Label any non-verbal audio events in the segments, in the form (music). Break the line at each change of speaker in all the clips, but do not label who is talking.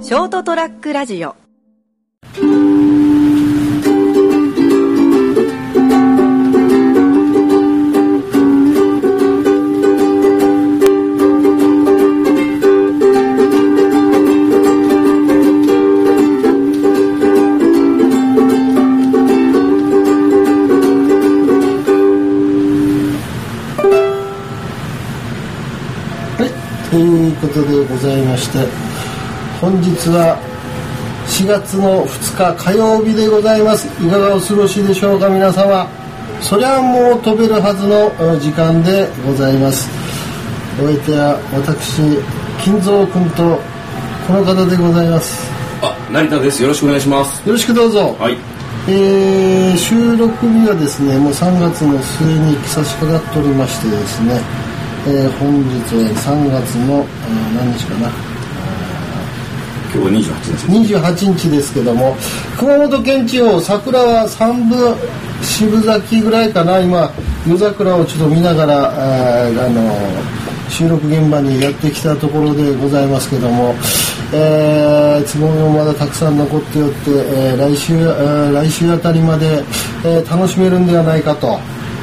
ショートトラックラジオ
はい、ということでございまして本日は4月の2日火曜日でございますいかがお過ごしでしょうか皆様そりゃもう飛べるはずのえー時間でございますお相手は私金蔵君とこの方でございます
あ、成田です。よろしくお願いします。
よろしくどうぞ、
はい。
えー収録日はですねもう3月の末に差し掛かっておりましてですね、えー本日は3月の、えー何日かな
今日は二十八日です。
28日ですけども熊本県地方桜は三分渋咲きぐらいかな今夜桜をちょっと見ながらあーあの収録現場にやってきたところでございますけども、えーつぼみもまだたくさん残っておって、えー来週あー来週あたりまで、えー楽しめるんではないかと。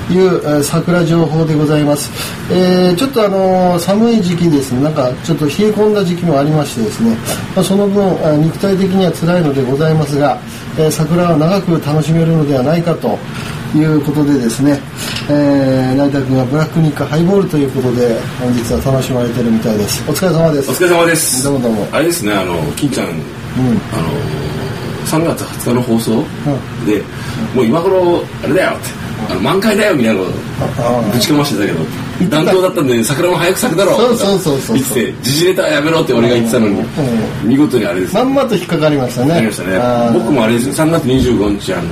いう、えー桜情報でございます、えーちょっとあのー寒い時期ですねなんかちょっと冷え込んだ時期もありましてですね、まあ、その分あー肉体的には辛いのでございますが、えー桜は長く楽しめるのではないかということでですね、えー、成田君はブラックニッカハイボールということで本日は楽しまれてるみたいですお疲れ様で
お疲
す
れ様です。
どうもどうも
あれですね、あの、金ちゃん、
うんうん
あの、三月二十日の放送、で、もう今頃、あれだよって、あの、満開だよみたいなのを
あ
ぶちかましてたけど、暖冬だったんで、桜も早く咲くだろ
そうそうそうそう
言ってて、時事ネタはやめろって俺が言ってたのに、
う
見事にあれですね
ま。んまと引っかかりましたね
やりました
あ
ね。
ー
僕もあれですね、3月25日、あの、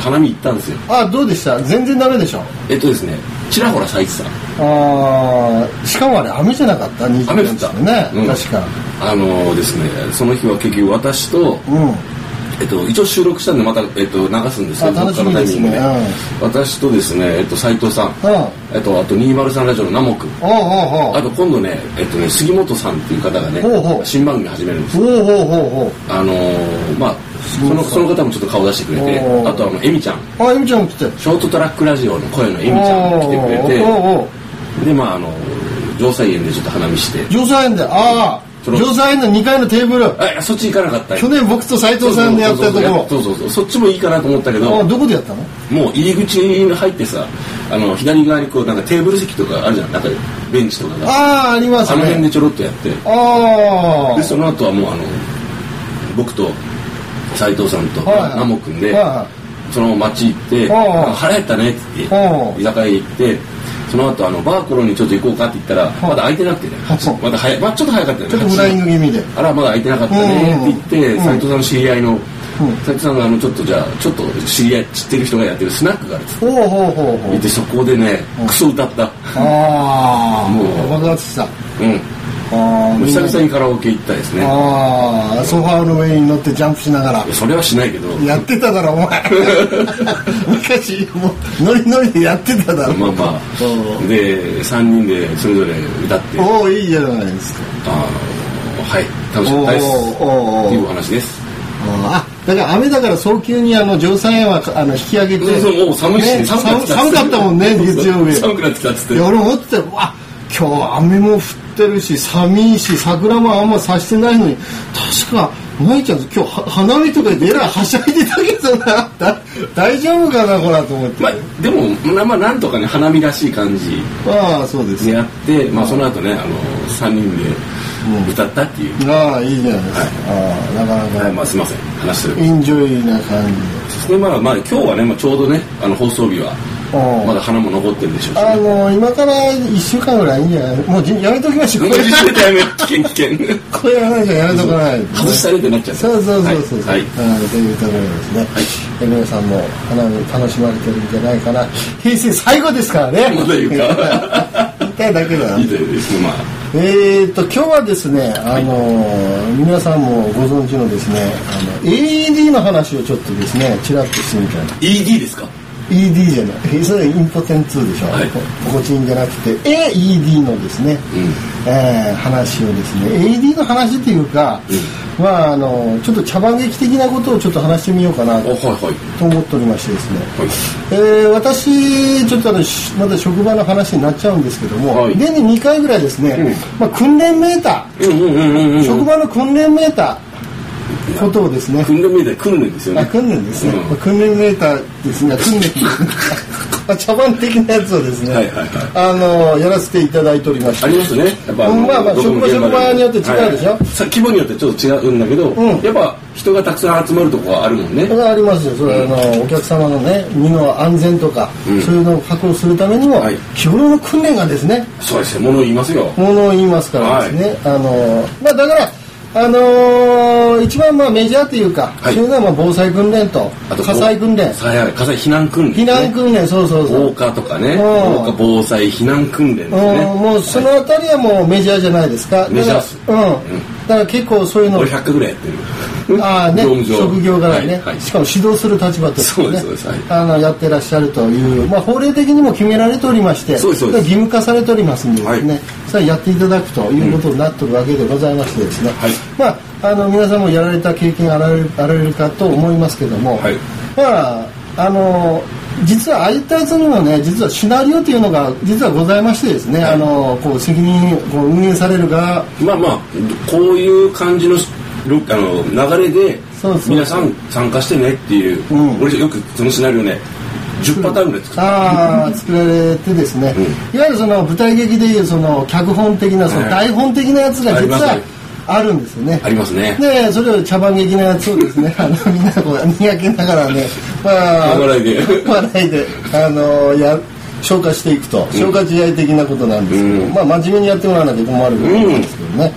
花見行ったんですよ。
あーどうでした全然ダメでしょ
えっとですね、ちらほら咲いてた。
ああしかもあれ雨じゃなかった
雨降った
24日ね、
うん
確か
あのですね、その日は結局私と、
うん
えっと、一応収録したんでまた、えっと、流すんですけど
あ楽しみ
どっかのタイミング
ですね
私とですね、えっと、斉藤さん、
うん
えっと、あと203ラジオのナモくん
おうおうお
あ
う
と今度ね,、えっと、ね杉本さんっていう方がね
ほうほう
新番組始めるんですよ
おうおうおうおう
あのーまあそのその方もちょっと顔出してくれて
おー
あとあのエミちゃん
あエミちゃんも来て
ショートトラックラジオの声のエミちゃんが来てくれ
おうおうおう
てでまああの城西園でちょっと花見して
城西園でああ
その
城西園の2階のテーブル
あそっち行かなかった
去年僕と斉藤さんでやったとこ
そうそうそうそうそっちもいいかなと思ったけど
あどこでやったの
もう入り口に入ってさあの左側にこうなんかテーブル席とかあるじゃん中でベンチとかがあ
あああります
の辺
ね
でちょろっとやって
ああ
でその後はもうあの僕と斉藤さんと
はい
ナモ君で
は
その街行って「
はいはい
なんか腹減ったね」って言っ
は
て居酒屋行ってその後あのバーコロにちょっと行こうかって言ったらまだ空いてなくてね
はい
まだ早いまあちょっと早かったよ
いちょ
ね
っとフライング気味で
あらまだ空いてなかったねって言っ
う
て
ん
斉藤さんの知り合いの
うん
斉藤さんがあのちょっとじゃあちょっと知り合い知ってる人がやってるスナックがあるっつって
おうおうおうおう
でそこでねクソ歌った
あ
も
あ
う
爆発したあ
うん
あ
久々にカラオケ行ったですね
ああソファーの上に乗ってジャンプしながら
それはしないけど
やってただろお前 (laughs) 昔もうノリノリでやってただろ、
まあま
う
あで3人でそれぞれ歌ってあ
おおいいじゃないですか
のはい楽しかったです
おおお
っていうお話です
あだから雨だから早急にあの乗船はあの引き上げて
そうそうもう寒いしね
ね
寒
寒
くなってきた
寒かったもんね月曜日
寒くなってきたっつって
いや俺思ってたようわ今日雨も降ってるし寒いし桜もあんまさしてないのに確か舞ちゃん今日は花見とかでえらいはしゃいでたけどなだ大丈夫かなこらと思って
まあでもなまあなんとかね花見らしい感じ
ああそうです
で
ね
やってまあその後ねあの3人で歌ったっていう
ああいいじゃないですか、ああなか
はい
な
まあすいません話して
か
る
エンジョイな感じ
でまあまあ今日はねまあちょうどねあの放送日は
でうん
まだ花も残ってるでしょうし (laughs)
あの今から1週間ぐらいいいんじゃないもうじやめときましょう
もう
こういう
自信やめ危険危険
こういう話はやめとかないと
外したれってなっちゃう
そうそうそうそう、
はいはい
うんというところですね、え皆さんも花見楽しまれてるんじゃないかな平成最後ですからね
まだ言うか
(laughs) 言いたいだけだない
いですまあ
えー、と今日はですね、あの皆さんもご存知のですねあの AED の話をちょっとですねちらっとしてみたいな
ED ですか
ED じゃないそれインポテン2でしょ、
はい
ポコチンじゃなくて AED のですね、えー話をですね AED の話っていうか、まああのちょっと茶番劇的なことをちょっと話してみようかな
おはいはい
と思っておりましてですね、
はい
えー私ちょっとあのしまだ職場の話になっちゃうんですけども、
はい
年に2回ぐらいですね、まあ、訓練メータ
うんうんうんうんう
ー、
ん
職場の訓練メーターことをですね、
訓練みたい訓練ですよ
あ
ね
訓練ですね、
うん
まあ訓練メーターですね
(laughs)
訓練あ茶番的なやつをですね、
はいはいはい
あのやらせていただいておりまし
あ
て
りますね。やっぱ
うんまあまあ
どこの現
職場
場でも
職場によって違うでしょ
はいはいさ規模によってちょっと違うんだけど、
うん
やっぱ人がたくさん集まるとこはあるもんね。
それはありますよそれはあのお客様のね身の安全とか、
ん
そういうのを確保するためにも、
はい
日頃の訓練がですね
そうですよ。物言いますよ。
ものを言いますからですね、あのまあだからあのー一番まあメジャーというか、
はい
そういうのはまあ防災訓練と
あと
火災訓練
はいはい火災避難訓練、ね。
避難訓練そうそうそう
防火とかね。
ん
防火防災避難訓練です
うん
ね。
もうそのあたりはもうメジャーじゃないですか。
メジャーっす
だからうん。だから結構そういうの
俺、100回ぐらいやってる。
ああね
業務、上
職業柄ね
はいはい、
しかも指導する立場として
そうで
ね
すそうですはい、
あのやってらっしゃるという、まあ法令的にも決められておりまして、
そうですそうです
義務化されておりますんでです
は
ね、それはやっていただくということになってるわけでございましてですね
はい、
まああの皆さんもやられた経験あられるあられるかと思いますけども
はい、
まああの実はああいったやつにもね実はシナリオというのが実はございましてですね、あのこう責任こう運営される側
まあまあこういう感じのルあの流れで
そうそう
皆さん参加してねっていう
うん
俺よくそのシナリオね10パターンぐらい作っ
ああ作られてですね、いわゆるその舞台劇でいうその脚本的なその
はい
台本的なやつが
あり
実
ます
はあるんですよね
ありますね
でそれを茶番劇のやつをです
(laughs)
ねあのみんなこうにやけながらねまあ
笑いで
笑いであのや消化していくと消化試合的なことなんですけど、
うん
まあ真面目にやってもらわなきゃ困ることなんですけどね、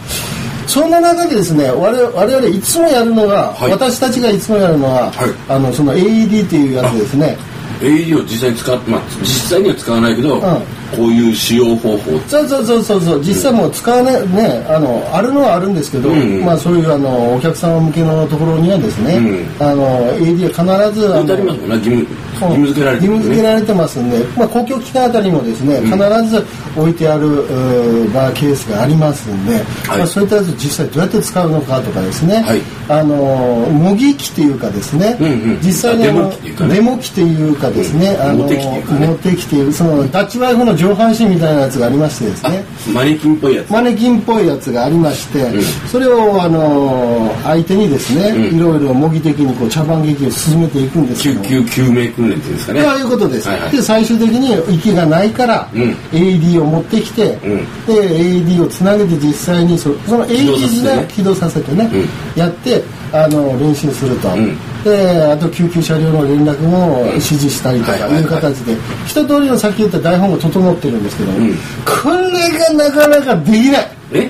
そんな中でですね我々我々いつもやるのが、
はい
私たちがいつもやるのは、
はい
あのその AED というやつですね
AED を実際に使っまあ実際には使わないけど、
ん
こういう使用方法
そうそうそうそうそう実際もう使わないねあのあるのはあるんですけど、
うんうん
まあそういうあのお客様向けのところにはですね、
う
あの AD は必ずあ
当た
の
りますもんな義務義務付けられてる
義務
ん
付
で
け
ね
られてますんで、まあ、公共機関あたりもですね、必ず置いてあるうーバーケースがありますんで、
はい
まあ、そういったやつ実際どうやって使うのかとかですね、
はい
あの模擬機というかですね、
うんうん
実際にあの
デモ機というかね
デモ機というかですね、
うん
あの
モテ機というかね
モテ機というそのダッチワイフの上半身みたいなやつがありましてです
あ
ね
マネキンっぽいやつ
マネキンっぽいやつがありまして、それをあの相手にですね、
うん
いろいろ模擬的にこう茶番劇を進めていくんですけ
救
ども
急救命訓練っていうんですかね
ということです、
はいはい
で最終的に息がないから、
うん
AED を持ってきて、
うん
で AED をつなげて実際にそその AED
動させ
自
て
体
ね
を起動させてね、やってあの練習すると、
ん
であと救急車両の連絡も指示したりと
はい
か
はいはい
いう形で、一通りのさっき言った台本が整ってるんですけど、
ん
これがなかなかできない
え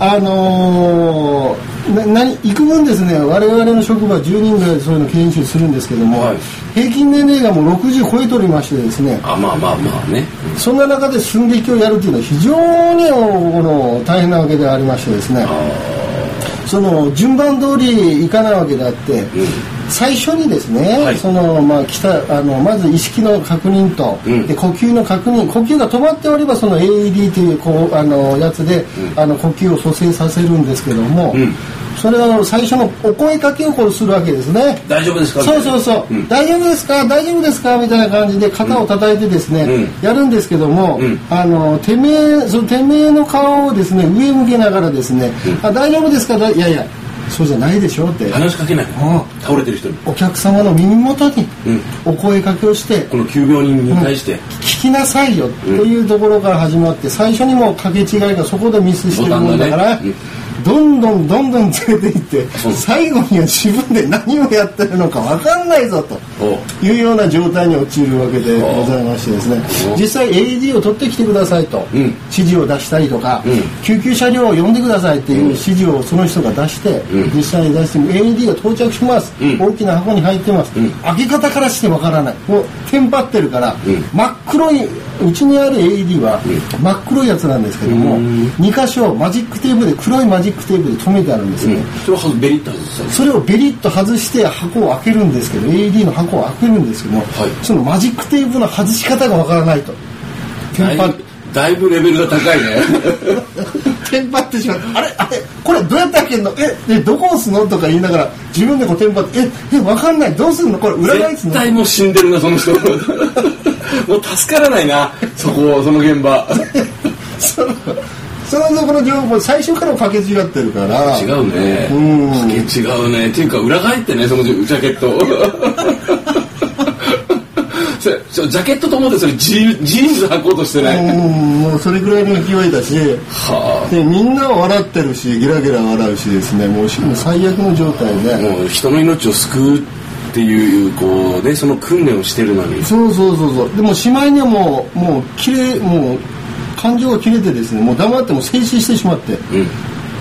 あのー、な何幾分ですね我々の職場10人ぐらいでそういうの研修するんですけども、
はい
平均年齢がもう60超えておりましてですね
あまあまあまあね
そんな中で寸劇をやるというのは非常にこの大変なわけでありましてですねその順番通りいかないわけであって、最初にですね、
はい
そのまあ、来たあのまず意識の確認と、
うん
で呼吸の確認呼吸が止まっておればその AED というこうあのやつで、あの呼吸を蘇生させるんですけども、
うん
それは最初のお声かけをこうするわけですね。
大丈夫ですか
そうそうそう、
ん
大丈夫ですか大丈夫ですかみたいな感じで肩を叩いてですね、
うん
やるんですけども、
うん
あのてめえそのてめえの顔をですね上向けながらですね、あ大丈夫ですかだいやいやそうじゃないでしょうって、
話しかけない
うん
倒れてる人に
お客様の耳元に
う
お
ん
声かけをして、
この急病人に対して、
聞きなさいよというところから始まって最初にもう掛け違いがそこでミスしてるもんだから
ボタンがね
どんどんどんどん連れていって
そう
最後には自分で何をやってるのか分かんないぞと
おう
いうような状態に陥るわけでございましてですね
お
実際 AED を取ってきてくださいと
うん
指示を出したりとか
うん
救急車両を呼んでくださいっていう指示をその人が出して
うん
実際に出して AED が到着します
うん
大きな箱に入ってます
うん
開け方からしてわからないもうテンパってるから
うん
真っ黒いうちにある AED は真っ黒いやつなんですけども
うん
2箇所マジックテープで黒いマジジックテープで留めてあるんですね、
それはベリッと外したんです
それをベリッと外して箱を開けるんですけど AED の箱を開けるんですけども、
はい
そのマジックテープの外し方がわからないとテ
だ
ン
い
パ
ぶだいぶレベルが高いね
(laughs) テンパってしまったあれあれこれどうやって開けるのええどこ押すのとか言いながら自分でこうテンパってええわかんないどうするのこれ裏返す
絶
の
対もう死んでるなそ
(laughs)
の人もう助からないなそこその現場
そのそのところ情報最初からかけ違ってるから
違うね
うん
かけ違うねっていうか裏返ってねそのジャケット
(laughs)
それそれジャケットと思ってそれジージーンズ履こうとしてない、
うんもうそれぐらいの勢いだし
はあ
でみんなは笑ってるしゲラゲラ笑うしですねもうしも最悪の状態で、
もう人の命を救うっていうこうねその訓練をしてるのに
そうそうそうそうでもしまいにはもうもう切れもう感情が切れてですねもう黙ってもう静止してしまって、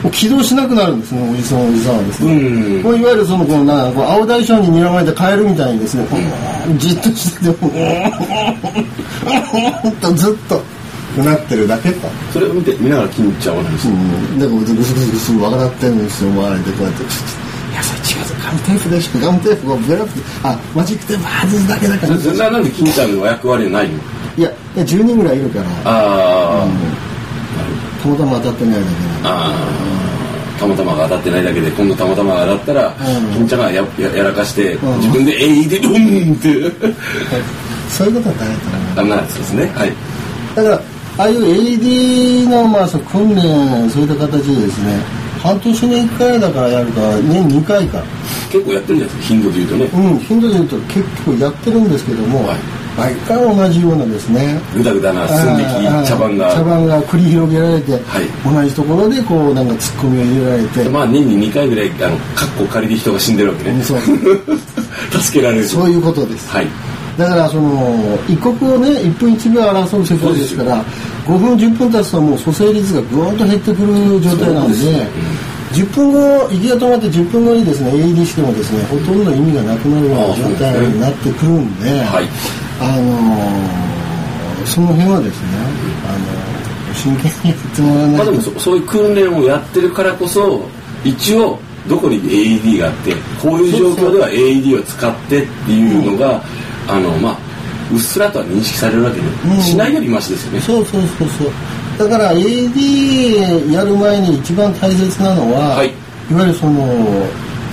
もう起動しなくなるんですねおじさんおじさんはですね、
うん
もういわゆるそのこのなんかこう青大将に睨まれてカエルみたいにですね、こうじっとしててもううんうんとずっとなってるだけと。
それを見て見ながら金ちゃんは話して
うん、だからグスグスグス笑ってるんですよ周りでこうやって「いやそれ違うぞガムテープでしょガムテープをベラってあマジックテープ外すだけだから」
それななんで金ちゃんの役割はないの
いやいや10人ぐらいいるから
あー、
たまたま当たってないだけな
あーたまたまが当たってないだけで今度たまたまが当たったら、
うん
金ちゃんがやややらかして、
うん
自分で「えいでドン!」って
そういうことは大変だな
ダメなんですねはい
だからああいう AED のまあその訓練そういった形でですね半年に1回だからやるから年2回か
結構やってるんじゃないですか頻度で言うとね
うん頻度で言うと結構やってるんですけども、
はい
毎回同じようなですね
ぐだぐだな寸劇
あー
茶番
茶
が
番が繰り広げられて、
い
同じところでこうなんかツッコミを入れられて、
まあ年に2回ぐらいあのカッコ借りで人が死んでるわけ
うん
ね
そう
(laughs) 助けられる
そういうことです、
はい
だからその一刻をね1分1秒争う世界ですから5分10分経つともう蘇生率がぐーんと減ってくる状態なんで
そうですね
10分後息が止まって10分後にですね AED してもですねほとんど意味がなくなるような状態になってくるんで
はい
あのーその辺はですね、あのー真剣にやってもらわない
まあで
と
もそそういう訓練をやってるからこそ一応どこに AED があってこういう状況では AED を使ってっていうのがあのまあうっすらとは認識されるわけで、
うん
しないよりマシですよね
そうそうそうそうだから AD やる前に一番大切なのは、
はい
い、わゆるその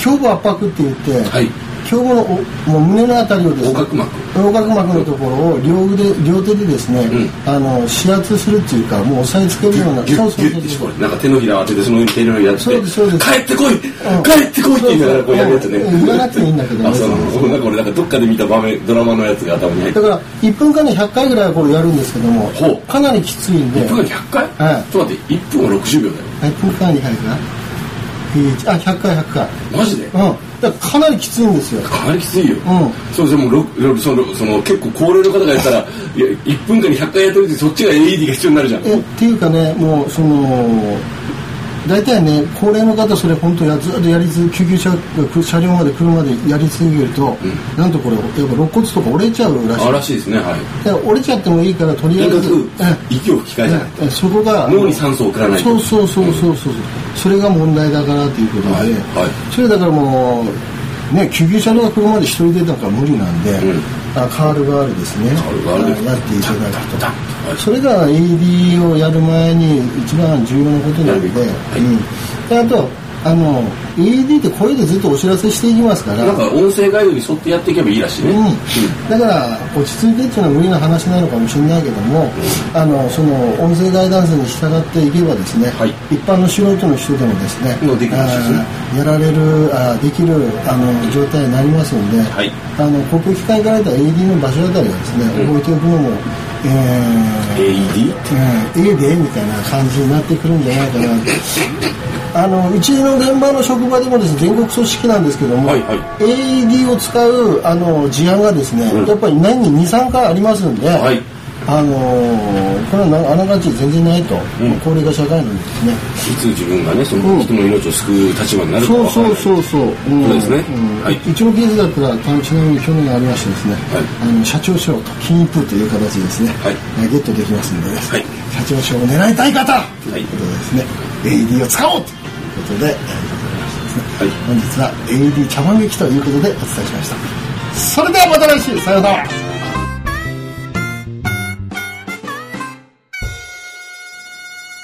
胸部圧迫って言って、
はい
胸部のおもう胸のあたりをですね
横隔膜
横隔膜のところを両腕両手でですね、
ん
あの指圧するっていうかもう押さえつける
ギ
よう
ュ
な
ッギュ
そう
ッ
そう
ギ
そ
ュッ
う
て
そ
絞
う
るなんか手のひらを当ててその上に手のひら当
そう
て
です
て
そうです
帰ってこい、
ん
帰ってこいって言いながらこうやるやつね
そうそううん言わなくていいんだけどね
あそうそうなんか俺なんかどっかで見た場面ドラマのやつが頭に入って
だから1分間に100回ぐらいはこれやるんですけども
ほう
かなりきついんで
1分間100回、
はい
ちょっと待って1分は60秒だよ
1分間に回かなえーあ100回100回
マジで
うんだからかなりきついんですよ
かなりきついよ、
う
そうでもろろそのその結構高齢の方がやったらいや1分間に100回やってるってそっちが AED が必要になるじゃん
えっていうかねもうその大体ね高齢の方それ本当やずっとやり続け救急車く車両まで車でやり続けると、なんとこれやっぱ肋骨とか折れちゃうらしい
あらしいですねはい
だから折れちゃってもいいからとり
と
あえ
に
ず
かく
え
息を吹き返さない
ええそこが
脳に酸素を送らないと
そうそうそうそうそう、それが問題だからということで、
はいはい
それだからもうね救急車の車で一人でなんか無理なんで、
ん
あカールがあるですね
あるある
あやっていただくと
ダンはい
それが AED をやる前に一番重要なことなので、
は
う
い
ん、であとあの AED って声でずっとお知らせしていきますから
なんか音声ガイドに沿ってやっていけばいいらしいね、
うん、だから落ち着いてっていうのは無理な話なのかもしれないけども、あのその音声ガイダンスに従っていけばですね、
はい
一般の素人の人でもですね
もうできる話ですね
あーやられるあーできるあの状態になりますので、
はい
あの航空機関から得た AD の場所あたりはですね、覚えておくのも、えー
AED
うんええでみたいな感じになってくるんじゃないかなあのうちの現場の職場でもですね全国組織なんですけども、
はいはい
AED を使うあの事案がですね、
うん
やっぱり年に23回ありますんで、
はい
あのーこれはなあながち全然ないと、
うん
高齢化社会なんですね
いつ自分がねそ
うん
の人の命を救う立場になるか
そう
わから
そ
な
うそう
い
そう、
そうですね
ん
はいう
ちのケースだったらたちなみに去年ありましてですね、
は
あの社長賞と金一封という形でですね、
はい
えゲットできますんで、ね
はい
社長賞を狙いたい方と
はい
いうことでですね、AED を使おうとことで、えー
はい
本日は AD 茶番劇ということでお伝えしましたそれではまた来週さようなら
ー